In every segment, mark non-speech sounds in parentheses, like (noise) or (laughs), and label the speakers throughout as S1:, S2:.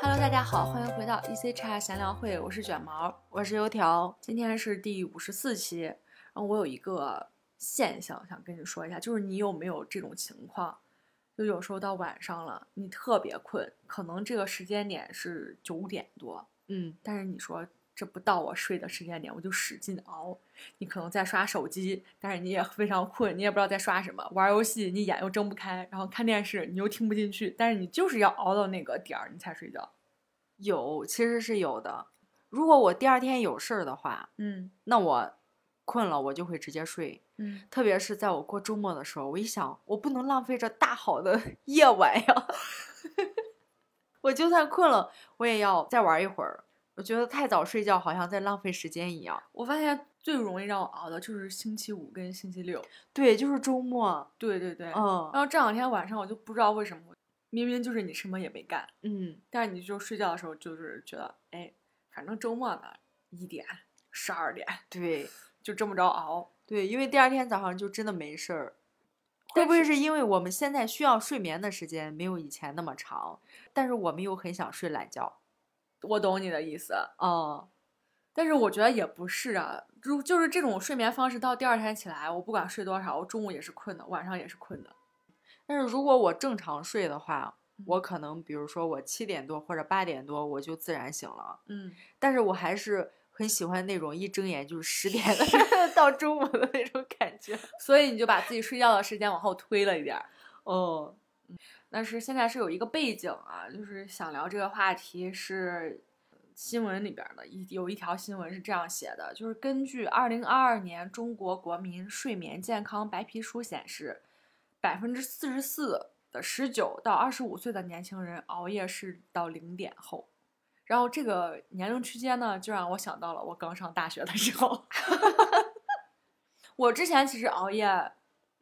S1: Hello，大家好，欢迎回到 EC x 闲聊会，我是卷毛，我是油条，今天是第五十四期。然后我有一个现象想跟你说一下，就是你有没有这种情况？就有时候到晚上了，你特别困，可能这个时间点是九点多，
S2: 嗯，
S1: 但是你说这不到我睡的时间点，我就使劲熬。你可能在刷手机，但是你也非常困，你也不知道在刷什么。玩游戏你眼又睁不开，然后看电视你又听不进去，但是你就是要熬到那个点儿你才睡觉。
S2: 有，其实是有的。如果我第二天有事儿的话，
S1: 嗯
S2: 那我困了，我就会直接睡。
S1: 嗯，
S2: 特别是在我过周末的时候，我一想，我不能浪费这大好的 (laughs) 夜晚呀。 (laughs) 我就算困了，我也要再玩一会儿。我觉得太早睡觉好像在浪费时间一样。
S1: 我发现最容易让我熬的就是星期五跟星期六。
S2: 对，就是周末。
S1: 对对对，然
S2: 嗯
S1: 后这两天晚上我就不知道为什么，明明就是你什么也没干，
S2: 嗯，
S1: 但是你就睡觉的时候就是觉得，哎，反正周末呢，一点、十二点
S2: 对
S1: 就这么着熬。
S2: 对，因为第二天早上就真的没事儿。会
S1: 但
S2: 不会
S1: 是
S2: 是因为我们现在需要睡眠的时间没有以前那么长，但是我们又很想睡懒觉？
S1: 我懂你的意思，
S2: 哦，
S1: 但是我觉得也不是啊，如就是这种睡眠方式，到第二天起来，我不管睡多少，我中午也是困的，晚上也是困的。
S2: 但是如果我正常睡的话，我
S1: 嗯
S2: 可能比如说我七点多或者八点多我就自然醒了，
S1: 嗯，
S2: 但是我还是很喜欢那种一睁眼就是十点
S1: (laughs)
S2: 到中午的 (laughs) 那种感觉。
S1: 所以你就把自己睡觉的时间往后推了一点儿。
S2: 哦，
S1: 但是现在是有一个背景啊，就是想聊这个话题是新闻里边儿的一有一条新闻是这样写的，就是根据二零二二年中国国民睡眠健康白皮书显示，百分之四十四的十九到二十五岁的年轻人熬夜是到零点后。然后这个年龄区间呢，就让我想到了我刚上大学的时候。 (laughs) 我之前其实熬夜，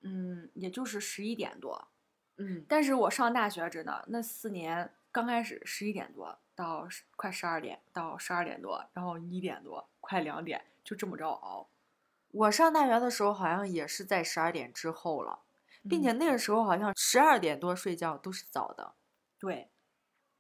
S1: 嗯，也就是十一点多，
S2: 嗯，
S1: 但是我上大学真的那四年，刚开始十一点多到十快十二点，到十二点多，然后一点多，快两点，就这么着熬，
S2: 我上大学的时候好像也是在十二点之后了，并且
S1: 嗯
S2: 那个时候好像十二点多睡觉都是早的。
S1: 对，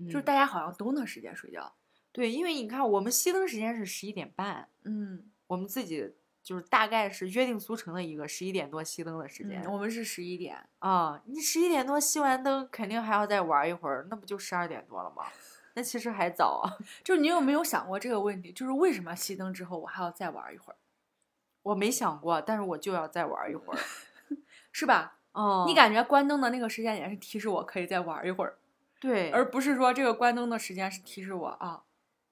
S2: 就
S1: 就是
S2: 是
S1: 大家好像都能时间睡觉。
S2: 对，因为你看我们熄灯时间是十一点半，
S1: 嗯，
S2: 我们自己就是大概是约定俗成的一个十一点多熄灯的时间。
S1: 嗯我们是十一点，
S2: 啊，你十一点多熄完灯，肯定还要再玩一会儿，那不就十二点多了吗？那其实还早啊。 (laughs)
S1: 就是你有没有想过这个问题？就是为什么熄灯之后我还要再玩一会儿，
S2: 我没想过，但是我就要再玩一会儿。
S1: 是吧？(laughs)
S2: 哦
S1: 你感觉关灯的那个时间也是提示我可以再玩一会儿，
S2: 对，
S1: 而不是说这个关灯的时间是提示我啊，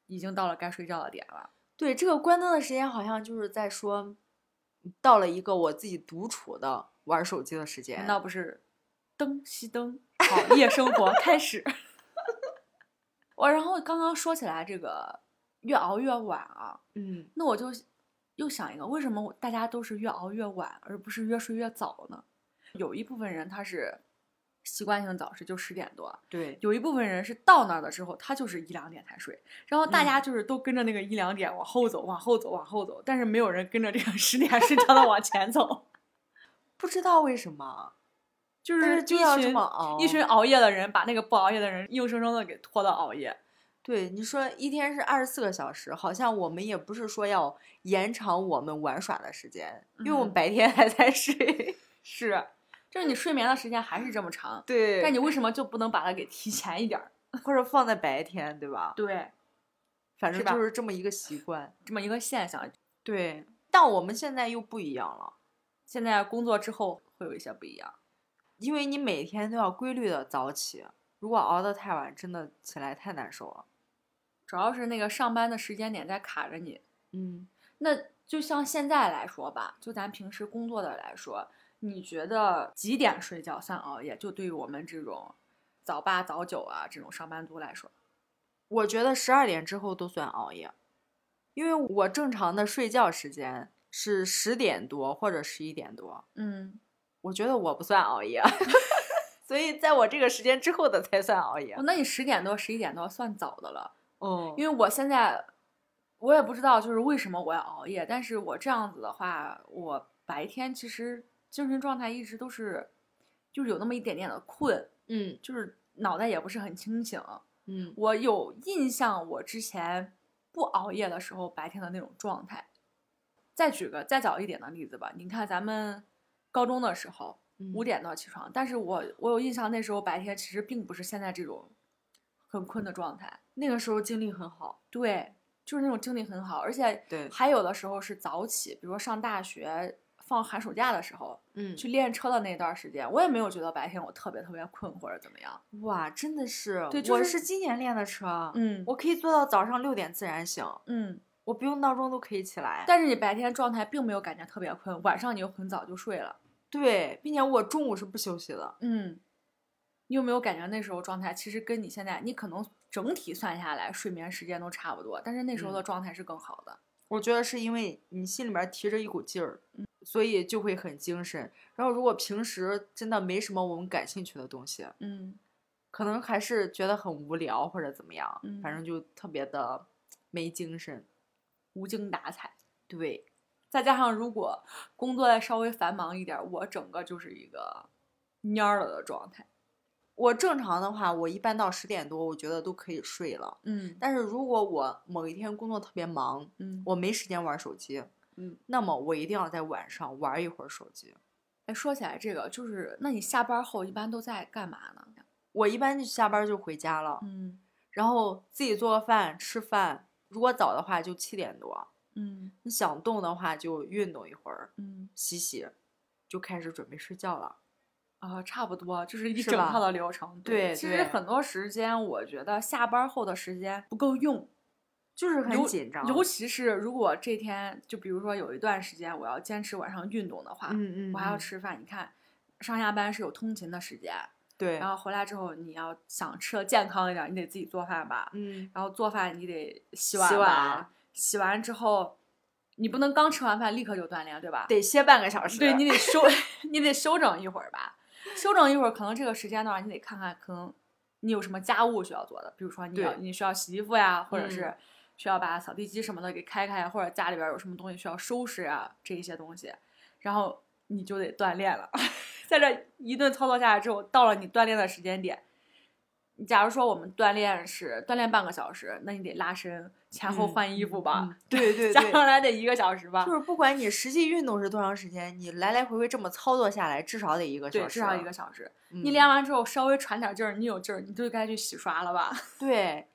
S1: 已经到了该睡觉的点了。
S2: 对这个关灯的时间，好像就是在说，到了一个我自己独处的玩手机的时间。
S1: 那不是灯熄灯，好夜生活开始。 (laughs) 我然后刚刚说起来这个越熬越晚啊，
S2: 嗯，
S1: 那我就又想一个，为什么大家都是越熬越晚，而不是越睡越早呢？有一部分人他是习惯性早睡，就十点多；
S2: 对，
S1: 有一部分人是到那儿了之后，他就是一两点才睡。然后大家就是都跟着那个一两点往后走，往后走，往后走，但是没有人跟着这个十点 (laughs) 睡觉的往前走，
S2: 不知道为什么，
S1: 就
S2: 但
S1: 是
S2: 是就
S1: 一
S2: 要这
S1: 群
S2: 么熬。
S1: 一群熬夜的人把那个不熬夜的人硬生生的给拖到熬夜。
S2: 对你说，一天是二十四个小时，好像我们也不是说要延长我们玩耍的时间，因为
S1: 嗯
S2: 我们白天还在睡。 (laughs)
S1: 是，就是你睡眠的时间还是这么长，
S2: 对
S1: 但你为什么就不能把它给提前一点儿？
S2: 或者放在白天，对吧？
S1: 对，
S2: 反
S1: 是
S2: 正
S1: 吧
S2: 就是这么一个习惯。
S1: 这么一个现象，
S2: 对，但我们现在又不一样了，
S1: 现在工作之后会有一些不一样。
S2: 因为你每天都要规律的早起，如果熬得太晚，真的起来太难受了。
S1: 主要是那个上班的时间点在卡着你。
S2: 嗯，
S1: 那就像现在来说吧，就咱平时工作的来说，你觉得几点睡觉算熬夜？就对于我们这种早八早九啊这种上班族来说，
S2: 我觉得十二点之后都算熬夜，因为我正常的睡觉时间是十点多或者十一点多，
S1: 嗯，
S2: 我觉得我不算熬夜，啊 (laughs) 所以在我这个时间之后的才算熬夜
S1: 哦。那你十点多、十一点多算早的了。
S2: 哦因为
S1: 因为我现在我也不知道就是为什么我要熬夜，但是我这样子的话，我白天其实精神状态一直都是就是有那么一点点的困，
S2: 嗯
S1: 就是脑袋也不是很清醒，
S2: 嗯，
S1: 我有印象，我之前不熬夜的时候白天的那种状态。再举个再早一点的例子吧，你看咱们高中的时候五
S2: 嗯
S1: 点多起床，但是我我有印象，那时候白天其实并不是现在这种很困的状态，
S2: 那个时候精力很好，
S1: 对，就是那种精力很好，而且
S2: 对
S1: 还有的时候是早起，比如说上大学放寒暑假的时候
S2: 嗯，
S1: 去练车的那段时间，我也没有觉得白天我特别特别困或者怎么样，
S2: 哇，真的是，
S1: 对就
S2: 我
S1: 是
S2: 是今年练的车，
S1: 嗯
S2: 我可以做到早上六点自然醒，
S1: 嗯，
S2: 我不用闹钟都可以起来。
S1: 但是你白天状态并没有感觉特别困，晚上你又很早就睡了，
S2: 对，并且我中午是不休息的。
S1: 嗯，你有没有感觉那时候状态其实跟你现在，你可能整体算下来睡眠时间都差不多，但是那时候的
S2: 嗯
S1: 状态是更好的，
S2: 我觉得是因为你心里边儿提着一股劲儿，
S1: 嗯
S2: 所以就会很精神。然后如果平时真的没什么我们感兴趣的东西，
S1: 嗯
S2: 可能还是觉得很无聊或者怎么样，反
S1: 嗯
S2: 正就特别的没精神。
S1: 无精打采。
S2: 对，
S1: 再加上如果工作再稍微繁忙一点儿，我整个就是一个蔫儿了的状态。
S2: 我正常的话，我一般到十点多，我觉得都可以睡了。
S1: 嗯
S2: 但是如果我某一天工作特别忙，
S1: 嗯，
S2: 我没时间玩手机，
S1: 嗯，
S2: 那么我一定要在晚上玩一会儿手机。
S1: 哎，说起来这个，就是那你下班后一般都在干嘛呢？
S2: 我一般就下班就回家了，
S1: 嗯
S2: 然后自己做个饭吃饭。如果早的话就七点多，
S1: 嗯
S2: 你想动的话就运动一会儿，
S1: 嗯
S2: 洗洗，就开始准备睡觉了。
S1: 啊、差不多就是一
S2: 是
S1: 整
S2: 吧
S1: 套的流程。
S2: 对
S1: 其实
S2: 对
S1: 很多时间我觉得下班后的时间不够用，
S2: 就是
S1: 尤
S2: 很紧张，
S1: 尤其是如果这天就比如说有一段时间我要坚持晚上运动的话，
S2: 嗯嗯，
S1: 我还要
S2: 嗯
S1: 吃饭。你看，上下班是有通勤的时间，
S2: 对，
S1: 然后回来之后，你要想吃的健康一点儿，你得自己做饭吧。
S2: 嗯
S1: 然后做饭你得洗
S2: 洗
S1: 碗吧
S2: 碗，
S1: 洗完之后，你不能刚吃完饭立刻就锻炼，对吧？
S2: 得歇半个小时，
S1: 对
S2: (laughs)
S1: 你得休，你得休整一会儿吧。休整一会儿，可能这个时间段你得看看，可能你有什么家务需要做的，比如说你要
S2: 对
S1: 你需要洗衣服呀，或者
S2: 嗯
S1: 是需要把扫地机什么的给开开呀，或者家里边儿有什么东西需要收拾啊，这一些东西，然后你就得锻炼了。 (laughs) 在这一顿操作下来之后，到了你锻炼的时间点，你假如说我们锻炼是锻炼半个小时，那你得拉伸，前后
S2: 嗯
S1: 换衣服
S2: 嗯
S1: 吧，
S2: 嗯
S1: (laughs)
S2: 对对
S1: 加
S2: 对
S1: 上来得一个小时吧，
S2: 就是不管你实际运动是多长时间，你来来回回这么操作下来，至少得一个小
S1: 对，
S2: 时，
S1: 至少一个。小时。你
S2: 嗯、
S1: 练完之后稍微喘点劲儿，你有劲儿，你就该去洗刷了吧？
S2: 对，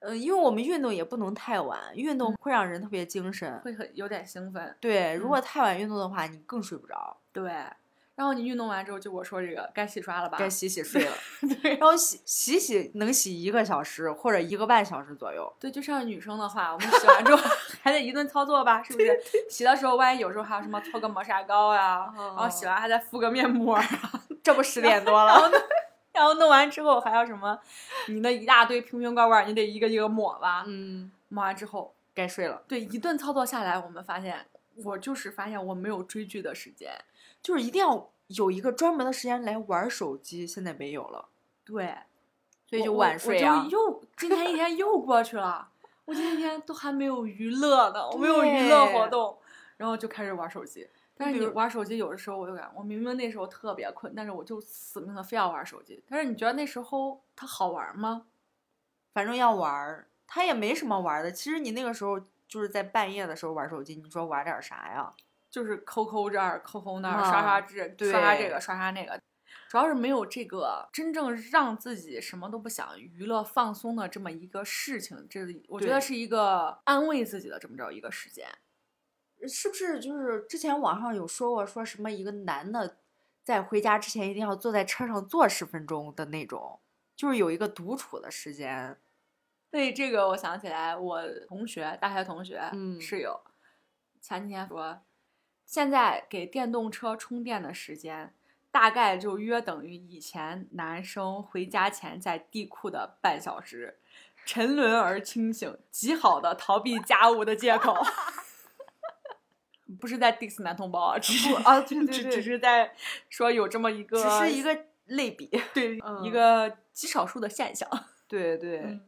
S2: 呃，因为我们运动也不能太晚，运动会让人特别精神。
S1: 嗯会很有点兴奋。
S2: 对，如
S1: 嗯
S2: 果太晚运动的话，你更睡不着，
S1: 对，然后你运动完之后，就我说这个该洗刷了吧？
S2: 该洗洗
S1: (laughs)
S2: 睡了。然后洗洗洗能洗一个小时或者一个半小时左右。
S1: 对，就像女生的话，我们洗完之后 (laughs) 还得一顿操作吧，是不是？洗的时候，万一有时候还有什么搓个磨砂膏呀、然后洗
S2: 哦
S1: 完还再敷个面膜儿，
S2: 这不十点多
S1: 然
S2: 了，
S1: 后呢， (laughs) 然后弄完之后还要什么，你那一大堆瓶瓶罐罐儿，你得一个一个抹吧。
S2: 嗯，
S1: 抹完之后，
S2: 该睡了。
S1: 对，一顿操作下来，我们发现，我就是发现我没有追剧的时间。
S2: 就是一定要有一个专门的时间来玩手机，现在没有了，
S1: 对，
S2: 所以
S1: 我
S2: 就
S1: 我
S2: 晚睡啊
S1: 我就。又今天一天又过去了，我今天一天都还没有娱乐呢，我没有娱乐活
S2: 对
S1: 动，然后就开始玩手机。但是
S2: 比
S1: 你
S2: 如
S1: 玩手机，有的时候我就感觉，我明明那时候特别困，但是我就死命的非要玩手机。但是你觉得那时候它好玩吗？
S2: 反正要玩儿，他也没什么玩儿的。其实你那个时候就是在半夜的时候玩手机，你说玩点儿啥呀？
S1: 就是抠抠这儿，抠抠那儿，刷刷
S2: 啊
S1: 这，刷刷这
S2: 对
S1: 个，刷刷那个，主要是没有这个真正让自己什么都不想、娱乐放松的这么一个事情。这我觉得
S2: 对
S1: 是一个安慰自己的这么着一个时间。
S2: 呃是不是就是之前网上有说过，说什么一个男的在回家之前一定要坐在车上坐十分钟的那种，就是有一个独处的时 (laughs) 间。
S1: 对这个，我想起来，我同学，大学同学，
S2: 嗯
S1: 室友，前几天说，现在给电动车充电的时间，大概就约等于以前男生回家前在地库的半小时，沉沦而清醒，极好的逃避家务的借口。 (laughs) 不是在 diss 男同胞啊，只
S2: (laughs)
S1: 是
S2: 啊对对
S1: 只
S2: 对
S1: 只是在说有这么一个，
S2: 只是一个类比。
S1: 对、
S2: 嗯
S1: 一个极少数的现象。
S2: 对对
S1: 嗯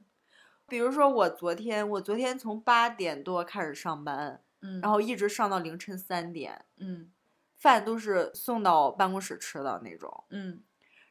S2: 比如说我昨天，我昨天从八点多开始上班，
S1: 嗯，
S2: 然后一直上到凌晨三点，
S1: 嗯
S2: 饭都是送到办公室吃的那种。
S1: 嗯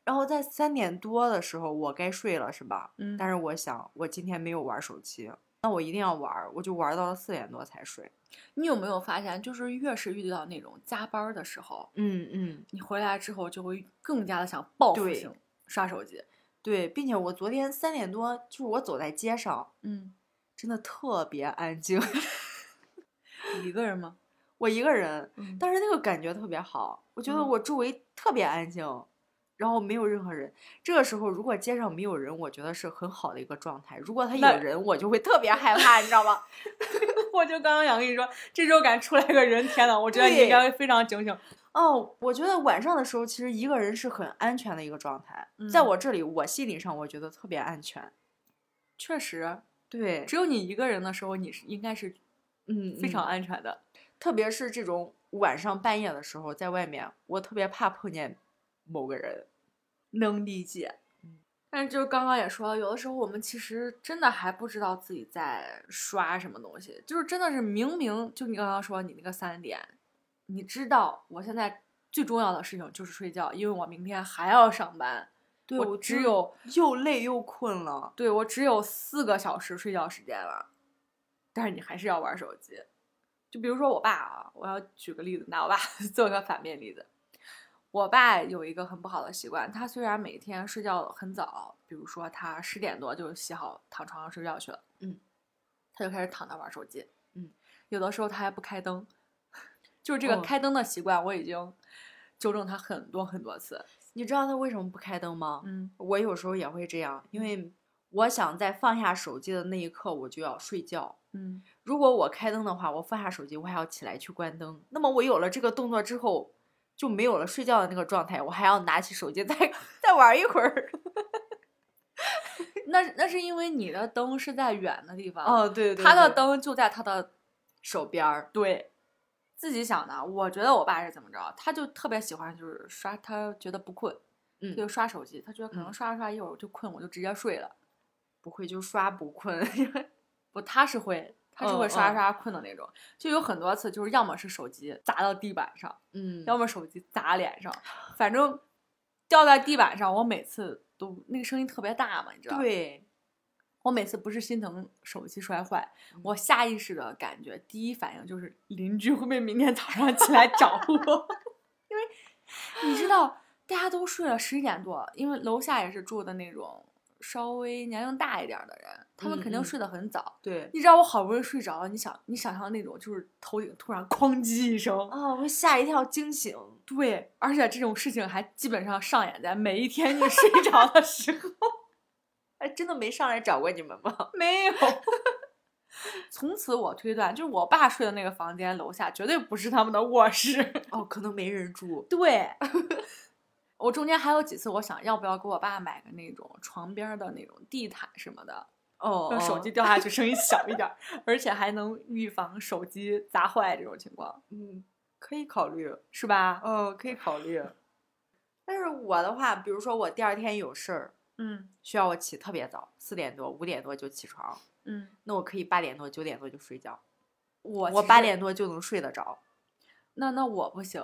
S2: 然后在三点多的时候，我该睡了是吧？
S1: 嗯，
S2: 但是我想，我今天没有玩手机，那我一定要玩儿，我就玩到了四点多才睡。
S1: 你有没有发现，就是越是遇到那种加班儿的时候，
S2: 嗯嗯，
S1: 你回来之后就会更加的想报复
S2: 对
S1: 性刷手机。
S2: 对，并且我昨天三点多，就是我走在街上，
S1: 嗯，
S2: 真的特别安静， (laughs)
S1: 你一个人吗？ (laughs)
S2: 我一个人，
S1: 嗯
S2: 但是那个感觉特别好，我觉得
S1: 嗯
S2: 我周围特别安静，然后没有任何人。这个时候如果街上没有人，我觉得是很好的一个状态。如果他
S1: 那
S2: 有人，我就会特别害怕，你知道吗？
S1: 我就刚刚想跟你说，这周敢出来个人，天呐，我觉得你应
S2: 对
S1: 该非常警醒。
S2: 哦，我觉得晚上的时候其实一个人是很安全的一个状态，在
S1: 嗯
S2: 我这里，我心理上我觉得特别安全。
S1: 确实，
S2: 对，
S1: 只有你一个人的时候，你是应该是
S2: 嗯，
S1: 非常
S2: 嗯
S1: 安全的。
S2: 特别是这种晚上半夜的时候，在外面，我特别怕碰见某个人。
S1: 能理解
S2: 嗯。
S1: 但是就是刚刚也说，有的时候我们其实真的还不知道自己在刷什么东西，就是真的是明明就你刚刚说你那个三点，你知道我现在最重要的事情就是睡觉，因为我明天还要上班，
S2: 对
S1: 我
S2: 只
S1: 只
S2: 有
S1: 有
S2: 又累又困了。
S1: 对我只有四个小时睡觉时间了，但是你还是要玩手机。就比如说我爸啊，我要举个例子，拿我爸 (laughs) 做个反面例子。我爸有一个很不好的习惯，他虽然每天睡觉很早，比如说他十点多就洗好躺床上睡觉去了，
S2: 嗯，
S1: 他就开始躺那玩手机，
S2: 嗯，
S1: 有的时候他还不开灯，就是这个
S2: 哦
S1: 开灯的习惯，我已经纠正他很多很多次，
S2: 你知道他为什么不开灯吗？
S1: 嗯
S2: 我有时候也会这样，因为我想在放下手机的那一刻，我就要睡觉。
S1: 嗯，
S2: 如果我开灯的话，我放下手机，我还要起来去关灯。那么我有了这个动作之后，就没有了睡觉的那个状态，我还要拿起手机再 (laughs) 再玩一会儿。
S1: 那那是因为你的灯是在远的地方，
S2: (laughs) 哦，对对，
S1: 他的
S2: 对
S1: 灯就在他的
S2: 手边儿，
S1: 对自己想的。我觉得我爸是怎么着，他就特别喜欢就是刷，他觉得不困，他就
S2: 嗯，
S1: 刷手机，他觉得可能
S2: 嗯
S1: 刷着刷着一会儿我就困，我就直接睡了。
S2: 不会就刷不
S1: (laughs)
S2: 困。
S1: 不，他是会，他是
S2: 嗯
S1: 会刷着
S2: 嗯
S1: 刷着困的那种。就有很多次，就是要么是手机砸到地板上，
S2: 嗯，
S1: 要么手机砸脸上，反正掉在地板上，我每次都那个声音特别大嘛，你知道？，
S2: 对，
S1: 我每次不是心疼手机摔坏，
S2: 嗯
S1: 我下意识的感觉，第一反应就是邻居会不会明天早上起来找我？ (laughs) 因为你知道，大家都睡了十一点多，因为楼下也是住的那种稍微年龄大一点儿的人，他们
S2: 嗯
S1: 肯定
S2: 嗯
S1: 睡得很早。
S2: (laughs) 对。
S1: 你知道我好不容易睡着了，你想你想象那种就是头顶突然哐叽一声，
S2: 哦，会吓一跳，惊醒。 (laughs)
S1: 对，而且这种事情还基本上上演在每一天你睡着的时候。
S2: (laughs) 哎，真的没上来找过你们吗？
S1: (laughs) 没有。从此我推断，就是我爸睡的那个房间楼下绝对不是他们的卧室。
S2: (laughs)
S1: (laughs)
S2: 哦，可能没人住。
S1: 对， (laughs) 我中间还有几次，我想要不要给我爸买个那种床边儿的那种地毯什么的，
S2: 哦，
S1: 让手
S2: 哦
S1: 机掉下去声音小一点儿，而且还能预防手机砸坏这种情况，
S2: 嗯，可以考虑。
S1: 是吧？
S2: 哦，可以考虑。 (laughs) 但是我的话，比如说我第二天有事儿，
S1: 嗯
S2: 需要我起特别早，四点多、五点多就起床，
S1: 嗯，
S2: 那我可以八点多、九点多就睡觉，
S1: 我
S2: 我
S1: 其
S2: 八
S1: 实
S2: 点多就能睡得着。
S1: 那那我不行。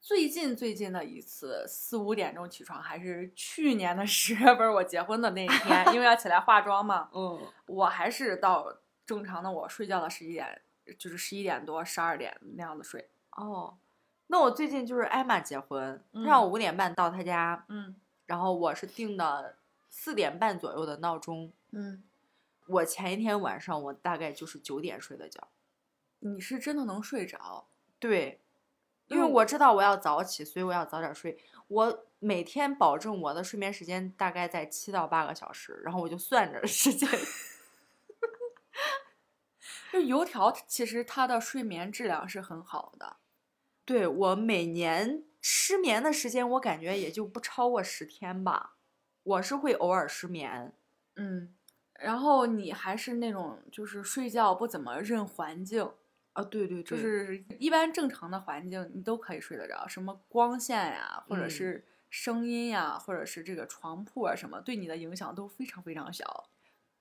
S1: 最近最近的一次四五点钟起床，还是去年的十月份儿我结婚的那一天，因为要起来化妆嘛，
S2: 嗯，
S1: 我还是到正常的我睡觉的十一点，就是十一点多、十二点那样子睡。
S2: 哦，那我最近就是艾玛结婚，她
S1: 嗯
S2: 让我五点半到她家，
S1: 嗯
S2: 然后我是定的四点半左右的闹钟。
S1: 嗯，
S2: 我前一天晚上我大概就是九点睡的觉，
S1: 你是真的能睡着？
S2: 对，因为
S1: 嗯
S2: 我知道我要早起，所以我要早点睡。我每天保证我的睡眠时间大概在七到八个小时，然后我就算着 (laughs) 时间。
S1: 就油条其实它的睡眠质量是很好的。
S2: 对我每年失眠的时间，我感觉也就不超过十天吧。我是会偶尔失眠，
S1: 嗯，然后你还是那种就是睡觉不怎么认环境，
S2: 啊，对对
S1: 就
S2: 对，
S1: 是一般正常的环境你都可以睡得着，什么光线呀、或者
S2: 嗯
S1: 是声音呀、或者是这个床铺啊什么，对你的影响都非常非常小。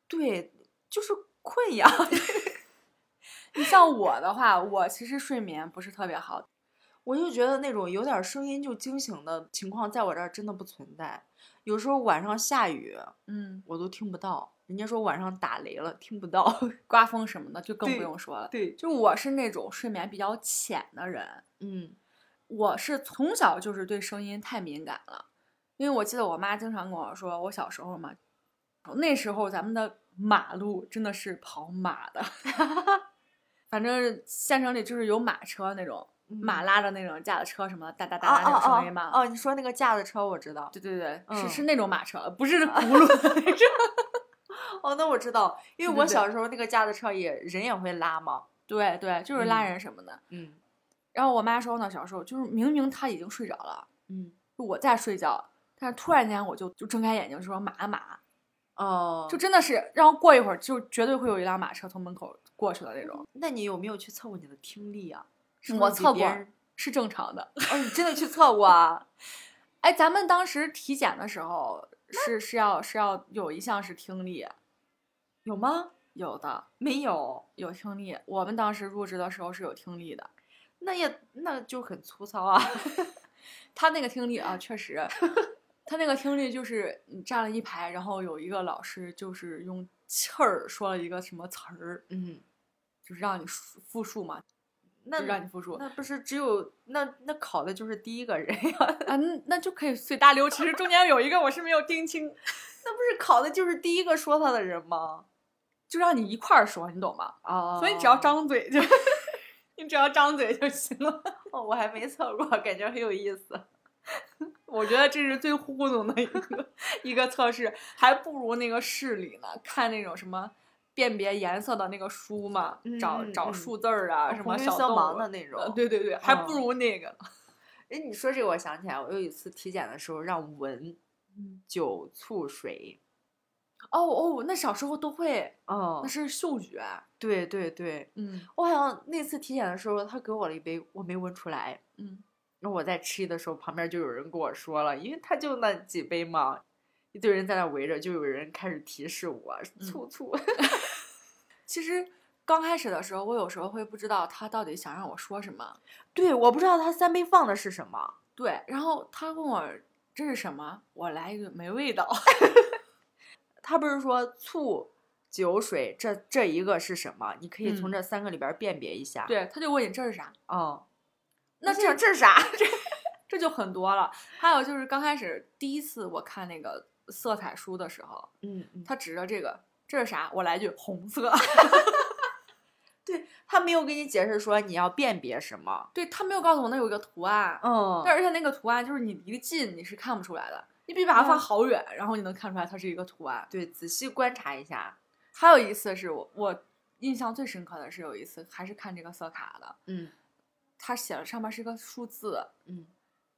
S2: 对，就是困
S1: (laughs)
S2: 呀。
S1: 你像我的话，我其实睡眠不是特别好，
S2: 我就觉得那种有点声音就惊醒的情况，在我这儿真的不存在。有时候晚上下雨，
S1: 嗯，
S2: 我都听不到。人家说晚上打雷了，听不到。 (laughs)
S1: 刮风什么的就更
S2: 对
S1: 不用说了。
S2: 对，
S1: 就我是那种睡眠比较浅的人，
S2: 嗯
S1: 我是从小就是对声音太敏感了，因为我记得我妈经常跟我说，我小时候嘛，那时候咱们的马路真的是跑马的， (laughs) 反正县城里就是有马车那种，马
S2: 嗯
S1: 拉着那种架子车什么的哒哒哒
S2: 啊
S1: 哒那
S2: 啊
S1: 种
S2: 啊
S1: 声音嘛。
S2: 哦，你说那个架子车我知道。
S1: 对对对，是
S2: 嗯
S1: 是那种马车，不
S2: (laughs)
S1: 是轱辘。
S2: 哦，那我知道，因为
S1: 对对
S2: 我
S1: 对
S2: 小时候那个架子车也人也会拉嘛。
S1: 对对，就是拉
S2: 嗯
S1: 人什么的。
S2: 嗯
S1: 然后我妈说呢，小时候就是明明她已经睡着了，
S2: 嗯
S1: 就我在睡觉，但是突然间我就就睁开眼睛说马马。
S2: 哦，
S1: 就真的是，然后过一会儿就绝对会有一辆马车从门口过去的那种，
S2: 那你有没有去测过你的听力啊？是
S1: 我
S2: 不是比
S1: 测
S2: 别
S1: 过
S2: 人
S1: 是正常的。 (laughs)
S2: 哦，你真的去测过啊？
S1: 哎，咱们当时体检的时候是是要是要有一项是听力，
S2: (laughs) 有吗？
S1: 有的
S2: 没有，
S1: 有听力。我们当时入职的时候是有听力的， (laughs)
S2: 那也那就很粗糙啊。 (laughs)
S1: 他那个听力啊，确实，他那个听力就是你站了一排，然后有一个老师就是用气儿说了一个什么词儿，
S2: 嗯，
S1: 就是让你复复述嘛，
S2: 那
S1: 就让你复述。
S2: 那不是只有那那考的就是第一个人呀、 (laughs)
S1: 啊，那那就可以随大流。其实中间有一个我是没有听清。
S2: 那不是考的就是第一个说他的人吗？
S1: 就让你一块儿说，你懂吗？
S2: 哦
S1: 所以只要张嘴就， (laughs) 你只要张嘴就行了。
S2: 哦，我还没测过，感觉很有意思。
S1: 我觉得这是最糊弄的一个一个测试，还不如那个视力呢，看那种什么辨别颜色的那个书嘛，找
S2: 嗯
S1: 找
S2: 嗯
S1: 数字儿啊，什么
S2: 红绿
S1: 小
S2: 色
S1: 动
S2: 盲
S1: 物
S2: 的。那种
S1: 呃。对对对，还不
S2: 嗯
S1: 如那个呢。
S2: 哎，你说这个，我想起来，我有一次体检的时候让闻
S1: 嗯
S2: 酒醋水。
S1: 哦哦，那小时候都会，
S2: 哦
S1: 那，是嗅觉。啊
S2: 对对对，
S1: 嗯
S2: 我好像那次体检的时候，他给我了一杯，我没闻出来。
S1: 嗯，
S2: 然后我在吃的时候，旁边就有人跟我说了，因为他就那几杯嘛，一堆人在那围着，就有人开始提示我
S1: 嗯
S2: 醋醋。 (laughs)
S1: 其实刚开始的时候，我有时候会不知道他到底想让我说什么。
S2: 对，我不知道他三杯放的是什么，
S1: 对，然后他问我这是什么，我来一个没味道。 (laughs)
S2: 他不是说醋、酒、水这这一个是什么？你可以从
S1: 嗯
S2: 这三个里边儿辨别一下。，
S1: 对，他就问你这是啥，
S2: 哦，
S1: 那
S2: 这
S1: 这
S2: 这是
S1: (laughs)
S2: 啥？
S1: 这就很多了。还有就是刚开始第一次我看那个色彩书的时候，
S2: 嗯，嗯他
S1: 他指着这个这是啥，我来一句红色。 (laughs)
S2: 他没有给你解释说你要辨别什么。
S1: 对他没有告诉我那有一个图案，
S2: 嗯
S1: 但而且那个图案就是你离近你是看不出来的，你必须把它放
S2: 嗯
S1: 好远，然后你能看出来它是一个图案。
S2: 对，仔细观察一下。
S1: 还有一次是我我印象最深刻的是有一次还是看这个色卡的，
S2: 嗯
S1: 他写了上面是一个数字，
S2: 嗯，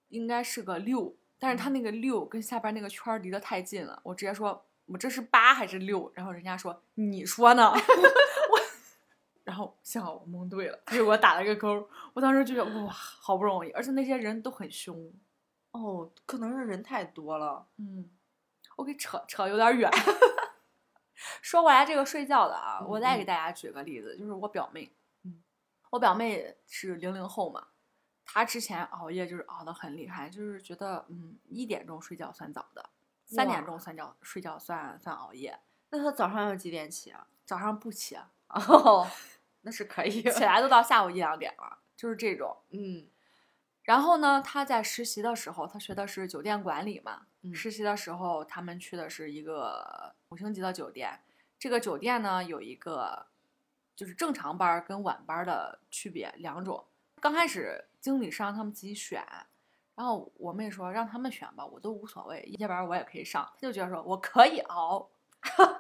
S1: 应该是个六，但是他
S2: 嗯
S1: 那个六跟下边儿那个圈儿离得太近了，我直接说我这是八还是六，然后人家说你说呢，我，然后幸好我蒙对了，他给我打了个勾儿，我当时就觉得哇，好不容易，而且那些人都很凶，
S2: 哦，可能是人太多了。
S1: 嗯，我给扯扯有点儿远。 (laughs) 说回来这个睡觉的啊，我再给
S2: 嗯嗯
S1: 大家举个例子，就是我表妹，
S2: 嗯，
S1: 我表妹是零零后嘛，她之前熬夜就是熬得很厉害，就是觉得嗯一点钟睡觉算早的，三点
S2: 哇
S1: 钟算觉睡觉算算熬夜，
S2: 那他早上要几点起啊？
S1: 早上不起，
S2: (laughs) 哦，那是可以。
S1: 起来都到下午一两点了，就是这种。
S2: (laughs) 嗯
S1: 然后呢，她在实习的时候，她学的是酒店管理嘛，
S2: 嗯
S1: 实习的时候，他们去的是一个五星级的酒店。这个酒店呢，有一个就是正常班儿跟晚班儿的区别两种。刚开始经理是让他们自己选，然后我妹说让他们选吧，我都无所谓，夜班儿我也可以上。她就觉得说我可以熬，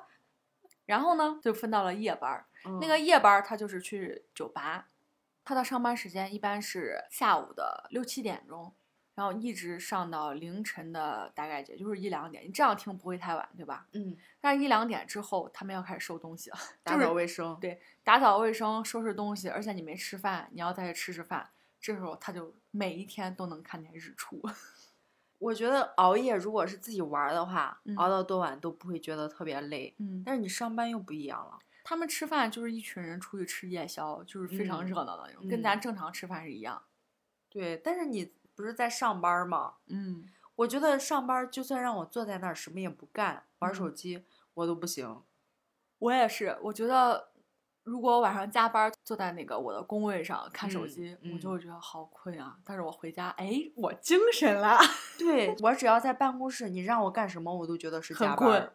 S1: (laughs) 然后呢就分到了夜班儿。那
S2: 那
S1: 个
S2: 个
S1: 夜班儿她就是去酒吧，她的上班时间一般是下午的六七点钟，然后一直上到凌晨的大概也就是一两点。你这样听不会太晚，对吧？
S2: 嗯，
S1: 但是，一两点之后他们要开始收东西了，
S2: 打
S1: 就是
S2: 扫卫生。
S1: 对打扫卫生、收拾东西，而且你没吃饭，你要再去吃吃饭。这时候他就每一天都能看见日出。 (laughs)
S2: 我觉得熬夜如果是自己玩儿的话，
S1: 嗯
S2: 熬到多晚都不会觉得特别累。
S1: 嗯，
S2: 但是你上班又不一样了。
S1: 他们吃饭就是一群人出去吃夜宵，就是非常
S2: 嗯
S1: 热闹的那种，跟咱正常吃饭是一样。
S2: 对，但是你不是在上班儿吗？
S1: 嗯，
S2: 我觉得上班儿就算让我坐在那儿什么也不干，玩手
S1: 嗯
S2: 机、我都不行。
S1: 我也是，我觉得如果我晚上加班坐在那个我的工位上看手
S2: 嗯
S1: 机，我
S2: 嗯
S1: 就会觉得好困啊。但是我回家，哎，我精神了，
S2: 对我只要在办公室，你让我干什么我都觉得是
S1: 很
S2: 加班
S1: 困
S2: 儿，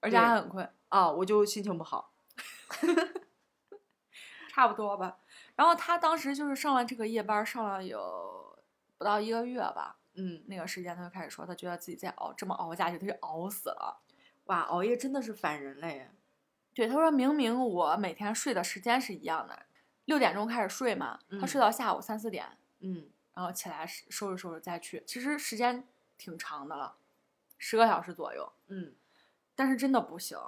S1: 而且还
S2: 对
S1: 很困，
S2: 啊，我就心情不好。
S1: 差不多吧。然后他当时就是上了这个夜班，上了有不到一个月吧，
S2: 嗯，
S1: 那个时间他就开始说，他觉得自己再熬这么熬下去，他就熬死了。
S2: 哇，熬夜真的是反人类。
S1: 对，他说明明我每天睡的时间是一样的，六点钟开始睡嘛，他睡
S2: 嗯
S1: 到下午三四点，
S2: 嗯，
S1: 然后起来收收拾收拾再去，其实时间挺长的了，十个小时左右，
S2: 嗯，
S1: 但是真的不行。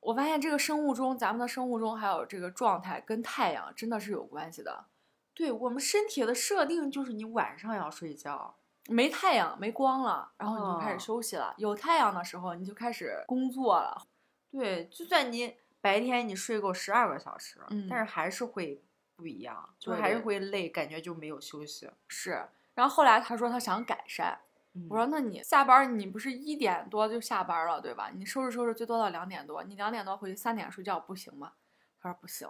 S1: 我发现这个生物钟，咱们的生物钟还有这个状态跟太阳真的是有关系的。
S2: 对我们身体的设定就是你晚上要睡觉。
S1: 没太阳，没光了，然后你就开
S2: 哦
S1: 始休息了；有太阳的时候，你就开始工作了。
S2: 对，就算你白天你睡够十二个小时，
S1: 嗯
S2: 但是还是会不一样，就
S1: 对
S2: 还是
S1: 对
S2: 会累，感觉就没有休息。
S1: 是，然后后来他说他想改善，我说：“
S2: 嗯
S1: 那你下班儿，你不是一点多就下班儿了，对吧？你收拾收拾最多到两点多，你两点多回去三点睡觉不行吗？”他说：“不行，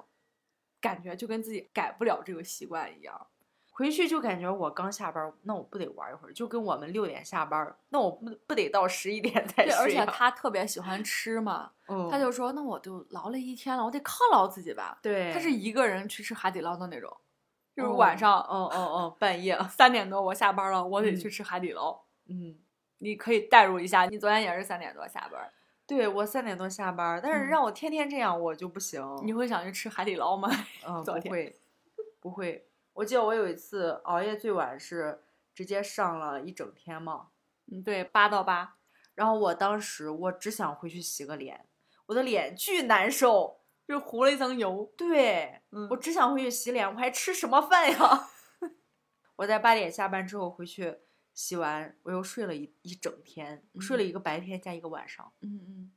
S1: 感觉就跟自己改不了这个习惯一样。
S2: 回去就感觉我刚下班儿，那我不得玩一会儿？就跟我们六点下班儿，那我不不得到十一点才
S1: 对，
S2: 睡、啊？
S1: 而且他特别喜欢吃嘛，
S2: 嗯，
S1: 他就说：‘那我就劳累一天了，我得犒劳自己吧。’
S2: 对，
S1: 他是一个人去吃海底捞的那种，就是
S2: 哦
S1: 晚上
S2: 哦哦哦，半夜，
S1: 三点多我下班了，我得去
S2: 嗯
S1: 吃海底捞。
S2: 嗯，
S1: 你可以代入一下，你昨天也是三点多下班儿，
S2: 对我三点多下班儿，但
S1: 嗯
S2: 是让我天天这样我就不行，
S1: 你会想去吃海底捞吗？ (laughs)
S2: 嗯
S1: 昨
S2: 不
S1: 天
S2: 会，不会，我记得我有一次熬夜最晚是直接上了一整天嘛，
S1: 嗯，对，八到八。”
S2: 然后我当时我只想回去洗个脸，我的脸巨难受，
S1: 就糊了一层油，
S2: 对
S1: 嗯
S2: 我只想回去洗脸，我还吃什么饭呀？ (laughs) 我在八点下班之后回去洗完，我又睡了一一整天，睡了
S1: 嗯
S2: 一个白天加一个晚上。
S1: 嗯嗯，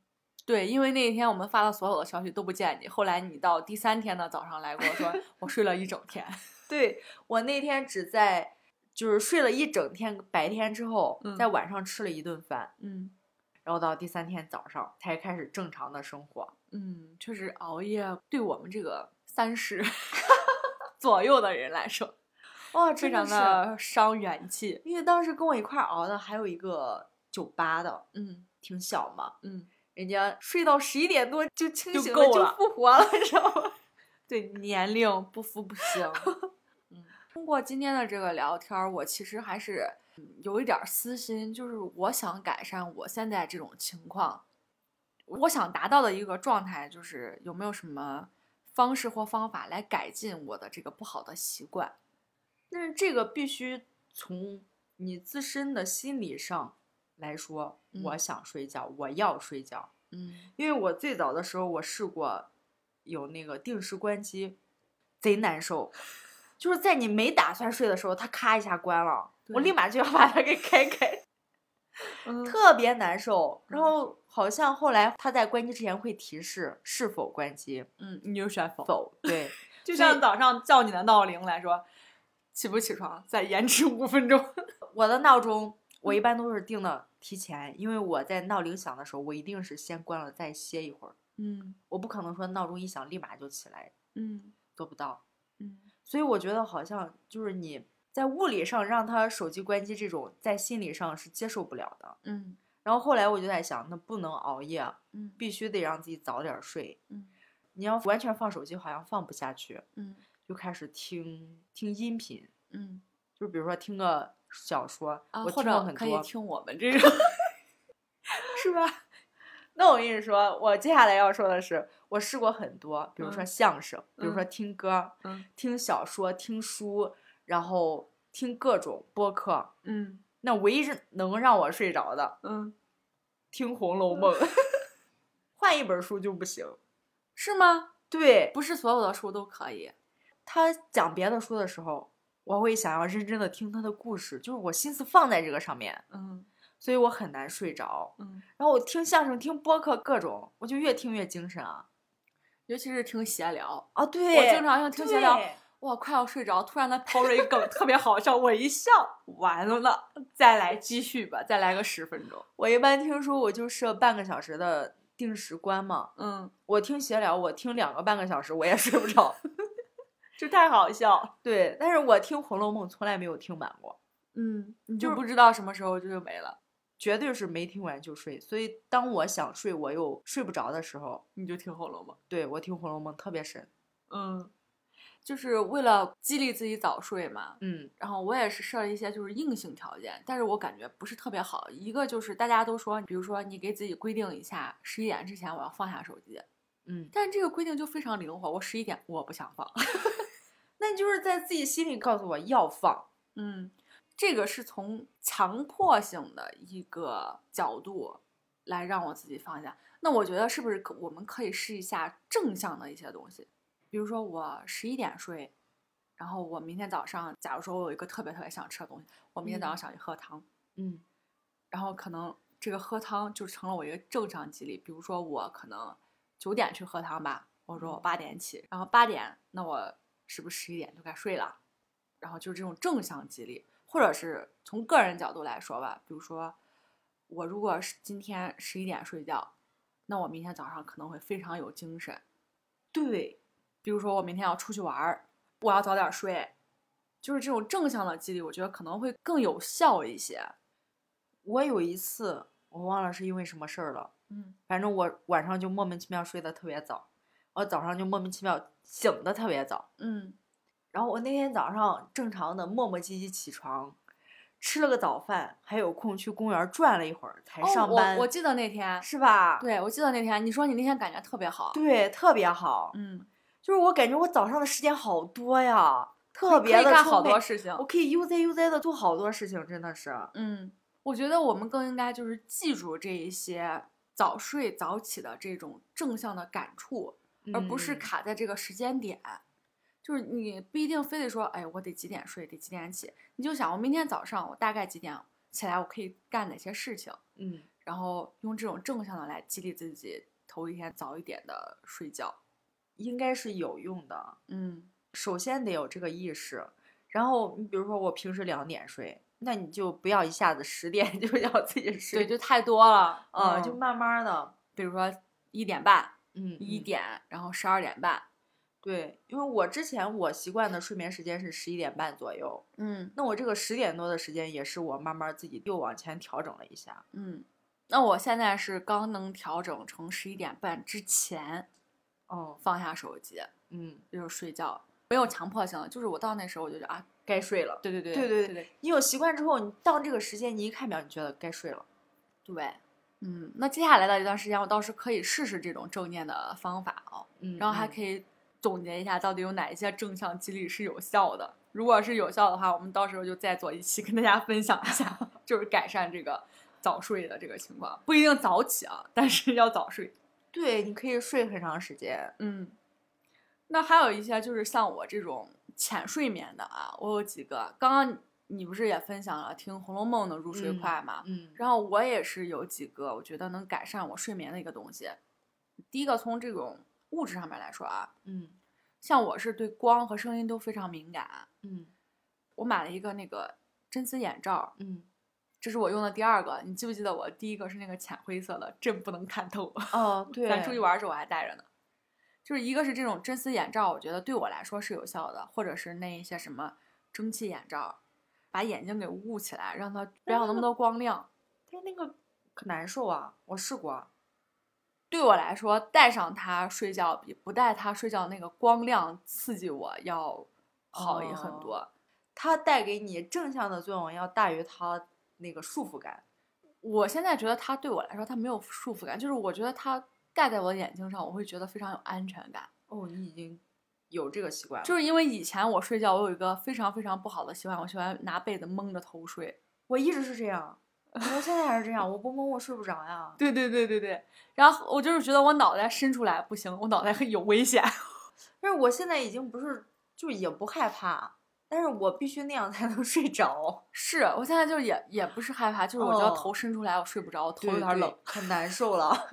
S1: 对，因为那一天我们发的所有的消息都不见你，后来你到第三天的早上来跟我
S2: (laughs)
S1: 说，我睡了一整天。
S2: 对我那天只在就是睡了一整天，白天之后，
S1: 嗯
S2: 在晚上吃了一顿饭，
S1: 嗯
S2: 然后到第三天早上才开始正常的生活。
S1: 嗯，确实熬夜对我们这个三十 (laughs) 左右的人来说，
S2: 哇、
S1: 非
S2: 真
S1: 常
S2: 的是，
S1: 的伤元气。
S2: 因为当时跟我一块儿熬的还有一个九八的，
S1: 嗯
S2: 挺小嘛，
S1: 嗯，
S2: 人家睡到十一点多就
S1: (laughs)
S2: 清
S1: 就
S2: 醒
S1: 够
S2: 就
S1: 了
S2: 复活了，知道吗？
S1: (laughs) 对，年龄不服不 (laughs) 行。嗯，通过今天的这个聊天儿，我其实还是嗯有一点儿私心，就是我想改善我现在这种情况，我想达到的一个状态，就是有没有什么方式或方法来改进我的这个不好的习惯？
S2: 但是这个必须从你自身的心理上来说，我
S1: 嗯
S2: 想睡觉，我要睡觉。
S1: 嗯
S2: 因为我最早的时候我试过有那个定时关机，贼难受，就是在你没打算睡的时候，它咔一下关了，我
S1: 对
S2: 立马就要把它给开开，
S1: (laughs) 嗯
S2: 特别难受。然
S1: 嗯
S2: 后好像后来它在关机之前会提示是否关机，
S1: 嗯，你就选否，
S2: 否
S1: (laughs)
S2: 对，
S1: 就
S2: 所以
S1: 像早上叫你的闹铃来说，起不起床，再延迟五分钟。
S2: 我的闹钟。我
S1: 嗯
S2: 一般都是定的提前，因为我在闹铃响的时候，我一定是先关了再歇一会儿，
S1: 嗯
S2: 我不可能说闹钟一响立马就起来，
S1: 嗯
S2: 做不到。
S1: 嗯
S2: 所以我觉得好像就是你在物理上让他手机关机这种，在心理上是接受不了的。
S1: 嗯
S2: 然后后来我就在想，那不能熬夜，啊
S1: 嗯
S2: 必须得让自己早点睡。
S1: 嗯
S2: 你要完全放手机，好像放不下去，
S1: 嗯
S2: 就开始听听音频，
S1: 嗯。
S2: 就比如说听个小说，
S1: 啊，
S2: 我
S1: 或
S2: 听过
S1: 者
S2: 很
S1: 可以
S2: 多。
S1: 听我
S2: (laughs)
S1: 们这种，是吧？
S2: 那我跟你说，我接下来要说的是，我试过很多，比如说
S1: 嗯
S2: 相声，比如说
S1: 嗯
S2: 听歌、
S1: 嗯
S2: 听小说、听书，然后听各种播客。
S1: 嗯
S2: 那唯一是能让我睡着的，
S1: 嗯，
S2: 听《红楼梦》， (laughs) 换一本书就不行。
S1: (laughs) 是吗？
S2: 对，
S1: 不是所有的书都可以。
S2: 他讲别的书的时候，我会想要认真的听他的故事，就是我心思放在这个上面，
S1: 嗯
S2: 所以我很难睡着。
S1: 嗯，
S2: 然后我听相声、听播客各种，我就越听越精神啊
S1: 尤其是听闲聊，
S2: 啊！对，
S1: 我经常性听闲聊，
S2: 对
S1: 哇，快要睡着，突然他抛了一个梗，特别好笑，我一笑，完了，再来继续吧，再来个十分钟。
S2: 我一般听书我就设半个小时的定时关嘛，
S1: (laughs) 嗯，
S2: 我听闲聊，我听两个半个小时我也睡不 (laughs) 着。
S1: 这太好笑了。
S2: 对，但是我听《红楼梦》从来没有听满过，
S1: 嗯，你
S2: 就
S1: 就是不知道什么时候这就没了，
S2: 绝对是没听完就睡。所以当我想睡我又睡不着的时候，
S1: 你就听《红楼梦》。
S2: 对我听《红楼梦》特别深。
S1: 嗯，就是为了激励自己早睡嘛。
S2: 嗯
S1: 然后我也是设了一些就是硬性条件，但是我感觉不是特别好。一个就是大家都说，比如说你给自己规定一下，十一点之前我要放下手机，
S2: 嗯，
S1: 但这个规定就非常灵活。我十一点我不想放， (laughs)
S2: 那你就是在自己心里告诉我要放。
S1: 嗯，这个是从强迫性的一个角度来让我自己放下。那我觉得是不是可我们可以试一下正向的一些东西，比如说我十一点睡，然后我明天早上，假如说我有一个特别特别想吃的东西，我明天早上想去喝汤，
S2: 嗯
S1: 然后可能这个喝汤就成了我一个正常激励。比如说我可能九点去喝汤吧，我说我八点起，然后八点那我是不是十一点就该睡了？然后就是这种正向激励，或者是从个人角度来说吧，比如说我如果是今天十一点睡觉，那我明天早上可能会非常有精神。
S2: 对，
S1: 比如说我明天要出去玩儿，我要早点睡，就是这种正向的激励，我觉得可能会更有效一些。
S2: 我有一次我忘了是因为什么事儿了，
S1: 嗯
S2: 反正我晚上就莫名其妙睡得特别早，我早上就莫名其妙醒得特别早。
S1: 嗯
S2: 然后我那天早上正常的磨磨唧唧起床，吃了个早饭，还有空去公园转了一会儿才上班，
S1: 哦、我我记得那天，
S2: 是吧？
S1: 对我记得那天你说你那天感觉特别好，
S2: 对特别好，
S1: 嗯，
S2: 就是我感觉我早上的时间好多呀，特
S1: 可
S2: 别
S1: 以
S2: 的
S1: 干
S2: 充
S1: 好多
S2: 沛
S1: 事情，
S2: 我可以悠哉悠哉的做好多事情，真的是，
S1: 嗯，我觉得我们更应该就是记住这一些早睡早起的这种正向的感触，而不是
S2: 嗯
S1: 卡在这个时间点。就是你不一定非得说，哎，我得几点睡，得几点起，你就想我明天早上我大概几点起来，我可以干哪些事情，
S2: 嗯，
S1: 然后用这种正向的来激励自己，头一天早一点的睡觉。
S2: 应该是有用的。
S1: 嗯
S2: 首先得有这个意识，然后你比如说我平时两点睡，那你就不要一下子十点就要自己睡，
S1: 对，就太多了，
S2: 呃
S1: 嗯，
S2: 就慢慢的，
S1: 比如说一点半、
S2: 嗯，
S1: 一
S2: 嗯
S1: 点，然后十二点半，
S2: 对，因为我之前我习惯的睡眠时间是十一点半左右，
S1: 嗯
S2: 那我这个十点多的时间也是我慢慢自己又往前调整了一下，
S1: 嗯。那我现在是刚能调整成十一点半之前
S2: 嗯
S1: 放下手机，
S2: 嗯，
S1: 就是睡觉，没有强迫性了。就是我到那时候我就觉得啊，
S2: 该睡了。
S1: 对对对
S2: 对
S1: 对
S2: 对
S1: 对
S2: 你有习惯之后，你到这个时间，你一看表，你觉得该睡了。
S1: 对，嗯。那接下来的一段时间，我倒是可以试试这种正念的方法哦，
S2: 嗯
S1: 然后还
S2: 以，
S1: 可以总结一下到底有哪一些正向激励是有效的。如果是有效的话，我们到时候就再做一期 (laughs) 跟大家分享一下， (laughs) 就是改善这个早睡的这个情况，不一定早起啊，但是要早睡。
S2: 对，你可以睡很长时间。
S1: 嗯，那还有一些就是像我这种浅睡眠的啊，我有几个。刚刚你不是也分享了听《红楼梦》能入睡
S2: 嗯
S1: 快吗？
S2: 嗯
S1: 然后我也是有几个我觉得能改善我睡眠的一个东西。第一个从这种物质上面来说啊，
S2: 嗯
S1: 像我是对光和声音都非常敏感，
S2: 嗯
S1: 我买了一个那个真丝眼罩，
S2: 嗯。
S1: 这是我用的第二个。你记不记得我第一个是那个浅灰色的，真不能看透。
S2: 哦，对，
S1: 咱出去玩儿的时候我还戴着呢。就是一个是这种真丝眼罩，我觉得对我来说是有效的，或者是那一些什么蒸汽眼罩，把眼睛给捂起来，让它不要那么多光亮。
S2: 但那个可难受啊，我试过。
S1: 对我来说，戴上它睡觉比不戴它睡觉那个光亮刺激我要好也很多。
S2: 它带给你正向的作用要大于它那个束缚感。
S1: 我现在觉得它对我来说，它没有束缚感，就是我觉得它戴在我的眼睛上，我会觉得非常有安全感。
S2: 哦，你已经有这个习惯了。
S1: 就是因为以前我睡觉，我有一个非常非常不好的习惯，我喜欢拿被子蒙着头睡。
S2: 我一直是这 (laughs) 样，我到现在还是这样，我不蒙我睡不着呀。
S1: 对对对对对，然后我就是觉得我脑袋伸出来不行，我脑袋很有危险。
S2: 但是我现在已经不是，就也不害怕，但是我必须那样才能 (laughs) 睡着。
S1: 是我现在就也也不是害怕，就是我觉得
S2: 哦
S1: 头伸出来我睡不着，我头有
S2: 头 (laughs) 有
S1: 点
S2: 点
S1: 冷
S2: 冷。，很难受了。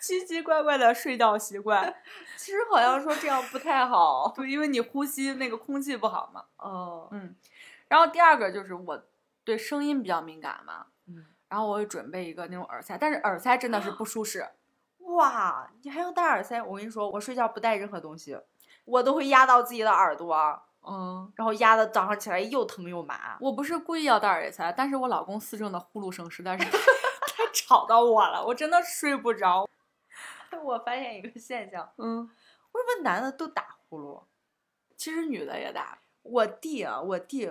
S1: 奇奇怪怪的睡觉习惯。哦
S2: 其实好像说这样不太好。
S1: 对，因为你呼吸那个空气不好嘛。
S2: 哦，
S1: 嗯，然后第二个就是我对声音比较敏感嘛，
S2: 嗯，
S1: 然后我会准备一个那种耳塞，但是耳塞真的是不舒适。
S2: 哇，你还要戴耳塞？我跟你说，我睡觉不戴任何东西，我都会压到自己的耳朵，
S1: 嗯，
S2: 然后压的早上起来又疼又麻。 (laughs)
S1: 我不是故意要戴耳塞，但是我老公四正的呼噜声实在是太 (laughs) 太吵到我了，我真的睡不着。
S2: 我发现一个现象，
S1: 嗯，
S2: 为什么男的都打呼噜？
S1: 其实女的也打。
S2: 我弟啊，我弟，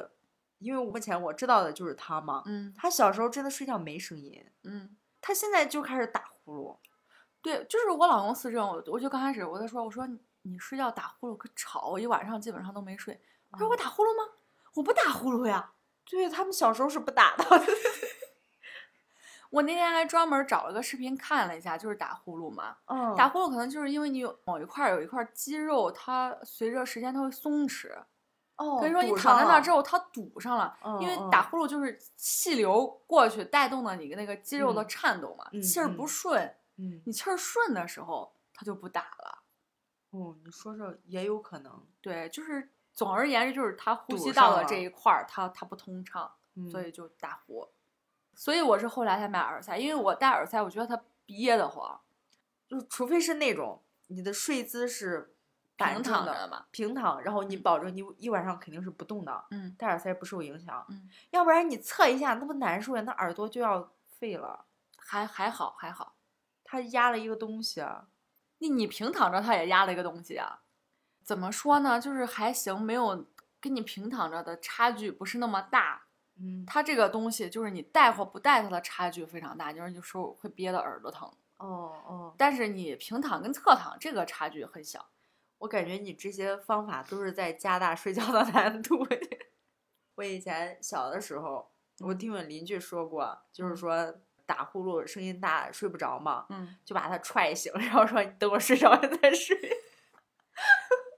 S2: 因为我目前我知道的就是他嘛，
S1: 嗯
S2: 他小时候真的睡觉没声音，
S1: 嗯，
S2: 他现在就开始打呼噜。
S1: 对，就是我老公四正，我我就刚开始我就说，我说你你睡觉打呼噜可吵，我一晚上基本上都没睡。他说
S2: 嗯
S1: 我打呼噜吗？我不打呼噜呀。
S2: 对他们小时候是不打的，
S1: 我那天还专门找了个视频看了一下，就是打呼噜嘛。
S2: (laughs) 嗯
S1: 打呼噜可能就是因为你有某一块儿有一块肌肉，它随着时间它会松弛，
S2: 哦，
S1: 所以说你
S2: 堵
S1: 躺在
S2: 上嗯
S1: 那儿
S2: 了
S1: 之后它堵上了。因为打，呼噜就是气流过去带动了你的那个肌肉的
S2: 嗯
S1: 颤动嘛，
S2: 嗯
S1: 气儿不
S2: 嗯
S1: 顺，
S2: 嗯
S1: 你气儿顺的时候它就不打了。
S2: 哦，你说说也有可能，
S1: 对，就是总而言之就是它呼
S2: 堵
S1: 吸
S2: 上
S1: 道的这
S2: 了
S1: 一块儿它它不通畅，
S2: 嗯
S1: 所以就打呼。所以我是后来才买耳塞，因为我戴耳塞我觉得它憋得慌。
S2: 就是除非是那种你的睡姿是板
S1: 平
S2: 正
S1: 躺着嗯
S2: 的
S1: 嘛，
S2: 平躺，然后你保证你一晚上肯定是不动的，
S1: 嗯，
S2: 戴耳塞不受影响，
S1: 嗯
S2: 要不然你侧一下那不难受呀，那耳朵就要废了，
S1: 还还好还好。
S2: 它压了一个东西啊，
S1: 你你平躺着，它也压了一个东西啊。怎么说呢？就是还行，没有跟你平躺着的差距不是那么大。
S2: 嗯，
S1: 它这个东西就是你戴或不戴，它的差距非常大，就是有时候会憋得耳朵疼。
S2: 哦哦，
S1: 但是你平躺跟侧躺这个差距很小。
S2: 我感觉你这些方法都是在加大睡觉的难度。 (laughs) 我以前小的时候，我
S1: 嗯
S2: 听我邻居说过，就是
S1: 嗯
S2: 说打呼噜声音大睡不着嘛，
S1: 嗯，
S2: 就把他踹醒，然后说你等我睡着了再睡。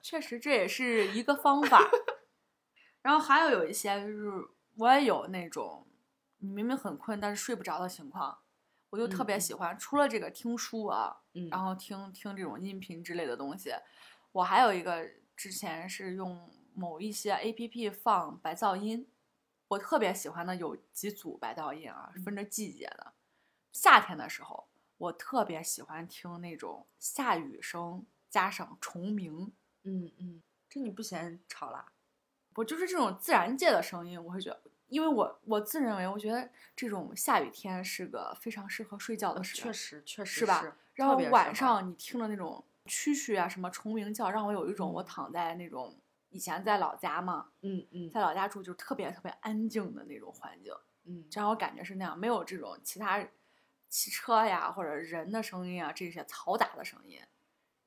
S1: 确实这也是一个方法。然后还有有一些就是我也有那种，你明明很困但是睡不着的情况，我就特
S2: 嗯
S1: 别
S2: 嗯
S1: 喜欢。除了这个听书啊，
S2: 嗯
S1: 然后听听这种音频之类的东西。我还有一个之前是用某一些 A P P 放白噪音，我特别喜欢的有几组白噪音啊，分着季节的。夏天的时候，我特别喜欢听那种下雨声加上虫鸣，
S2: 嗯嗯，这你不嫌吵啦？
S1: 我就是这种自然界的声音，我会觉得。因为我我自认为，我觉得这种下雨天是个非常适合睡觉的时间
S2: 呃确，实确实
S1: 是吧然
S2: 特
S1: 后
S2: 别
S1: 晚
S2: 适合
S1: 上你听着那种蛐蛐啊，什么虫鸣叫，让我有一种我
S2: 嗯
S1: 躺在那种以前在老家嘛，
S2: 嗯嗯
S1: 在老家住就是特别特别安静的那种环境，
S2: 嗯，
S1: 就让我感觉是那样，没有这种其他汽车呀或者人的声音啊这些嘈杂的声音，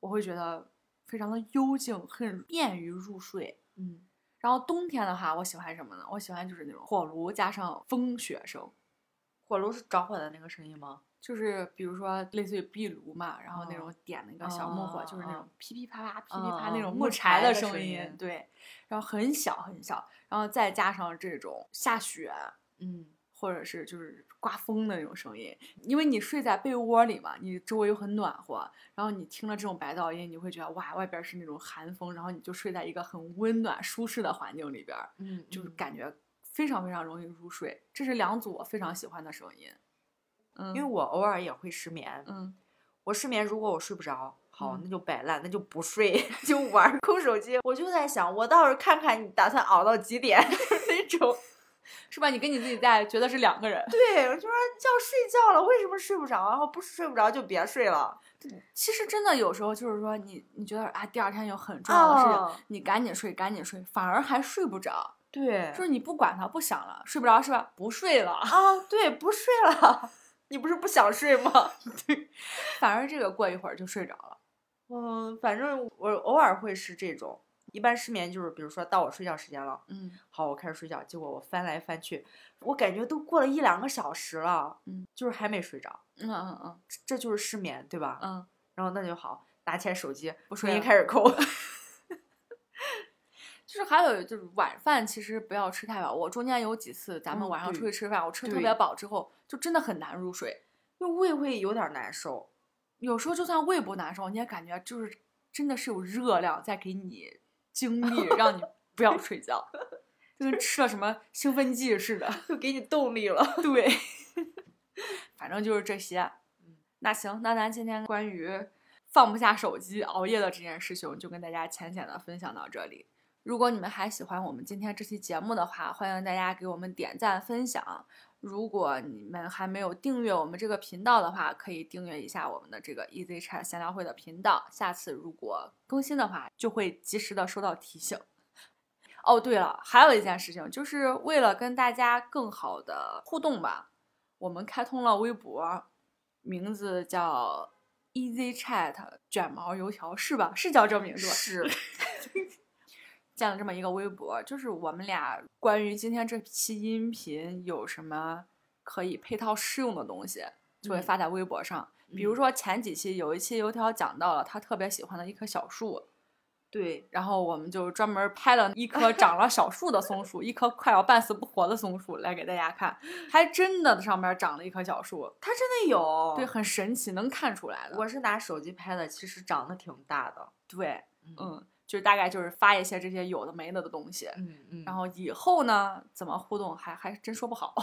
S1: 我会觉得非常的幽静，很便于入睡。
S2: 嗯
S1: 然后冬天的话，我喜欢什么呢？我喜欢就是那种火炉加上风雪声，
S2: 火炉是着火的那个声音吗？
S1: 就是比如说类似于壁炉嘛，然后那
S2: 哦
S1: 种点那个小木火，就是那
S2: 哦哦哦
S1: 种噼噼啪啪、噼噼啪那
S2: 哦
S1: 种
S2: 木
S1: 木柴的
S2: 柴的声
S1: 音，
S2: 音
S1: 对，然后很小很小，然后再加上这种下雪
S2: 嗯
S1: 或者是就是刮风的那种声音，因为你睡在被窝里嘛，你周围又很暖和，然后你听了这种白噪音，你会觉得哇，外边是那种寒风，然后你就睡在一个很温暖舒适的环境里边儿，
S2: 嗯，
S1: 就是
S2: 嗯
S1: 感觉非常非常容易入睡。这是两组我非常喜欢的声音，嗯，
S2: 因为我偶尔也会失眠，
S1: 嗯。
S2: 我失眠，如果我睡不着，好，
S1: 嗯
S2: 那就摆烂，那就不睡， (laughs) 就玩儿空手机。我就在想，我到时候看看你打算熬到几点 (laughs) 那种。
S1: 是吧？你跟你自己在，觉得是两个人。
S2: 对，我就说要睡觉了，为什么睡不着？然后不睡不着就别睡了。
S1: 其实真的有时候就是说你，你觉得啊，第二天有很重要的事情，
S2: 哦
S1: 你赶紧睡，赶紧睡，反而还睡不着。
S2: 对
S1: 就是你不管它，不想了，睡不着是吧？不睡了， (laughs)
S2: 啊，对，不睡了。 (laughs) 你不是不想睡吗？
S1: 反而这个过一会儿就睡着了。
S2: 嗯，反正我偶尔会是这种，一般失眠就是，比如说到我睡觉时间了，
S1: 嗯
S2: 好，我开始睡觉，结果我翻来翻去，我感觉都过了一两个小时了，
S1: 嗯，
S2: 就是还没睡着，
S1: 嗯嗯嗯
S2: 这这就是失眠，对吧？
S1: 嗯，啊
S2: 然后那就好，拿起来手机，
S1: 不
S2: 重
S1: 睡
S2: 新
S1: 了
S2: 开始抠。 (laughs)
S1: 就是还有就是晚饭其实不要吃太饱。我中间有几次咱们
S2: 嗯
S1: 晚上
S2: 对
S1: 出去吃饭，我吃得特
S2: 对
S1: 别饱之后，就真的很难入睡。
S2: 就胃会有点难受，
S1: 有时候就算胃不难受，你也感觉就是真的是有热量在给你精力，让你不要睡觉， (laughs) 就跟吃了什么兴奋剂似的。
S2: 就给你动力了。
S1: 对， (laughs) 反正就是这些。那行，那咱今天关于放不下手机、熬夜的这件事情，就跟大家浅浅的分享到这里。如果你们还喜欢我们今天这期节目的话，欢迎大家给我们点赞、分享。如果你们还没有订阅我们这个频道的话，可以订阅一下我们的这个 Easy Chat 闲聊会的频道。下次如果更新的话，就会及时的收到提醒。 (laughs) 哦，对了，还有一件事情，就是为了跟大家更好的互动吧，我们开通了微博，名字叫 Easy Chat 卷毛油条，是吧？是叫这名字吧？
S2: 是，
S1: 建了这么一个微博，就是我们俩关于今天这期音频有什么可以配套适用的东西，就会
S2: 嗯
S1: 发在微博上。比如
S2: 嗯
S1: 说前几期有一期油条讲到了他特别喜欢的一棵小树，
S2: 对，
S1: 然后我们就专门拍了一棵长了小树的松树，一棵快要半死不活的松树来给大家看，还真的上面长了一棵小树，
S2: 它真的有。
S1: 对，，很神奇，能看出来的。
S2: 哦我是拿手机拍的，其实长得挺大的。
S1: 对，
S2: 嗯
S1: 嗯，就是大概就是发一些这些有的没的的东西。
S2: 嗯嗯。
S1: 然后以后呢，怎么互动还还真说不好。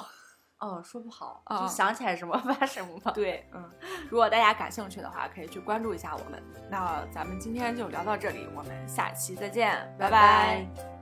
S2: 哦，说不好，
S1: 啊
S2: 就想起来什么 (laughs) 发什么吧。
S1: 对，嗯，如果大家感兴趣的话，可以去关注一下我们。那咱们今天就聊到这里，我们下期再见，拜
S2: 拜拜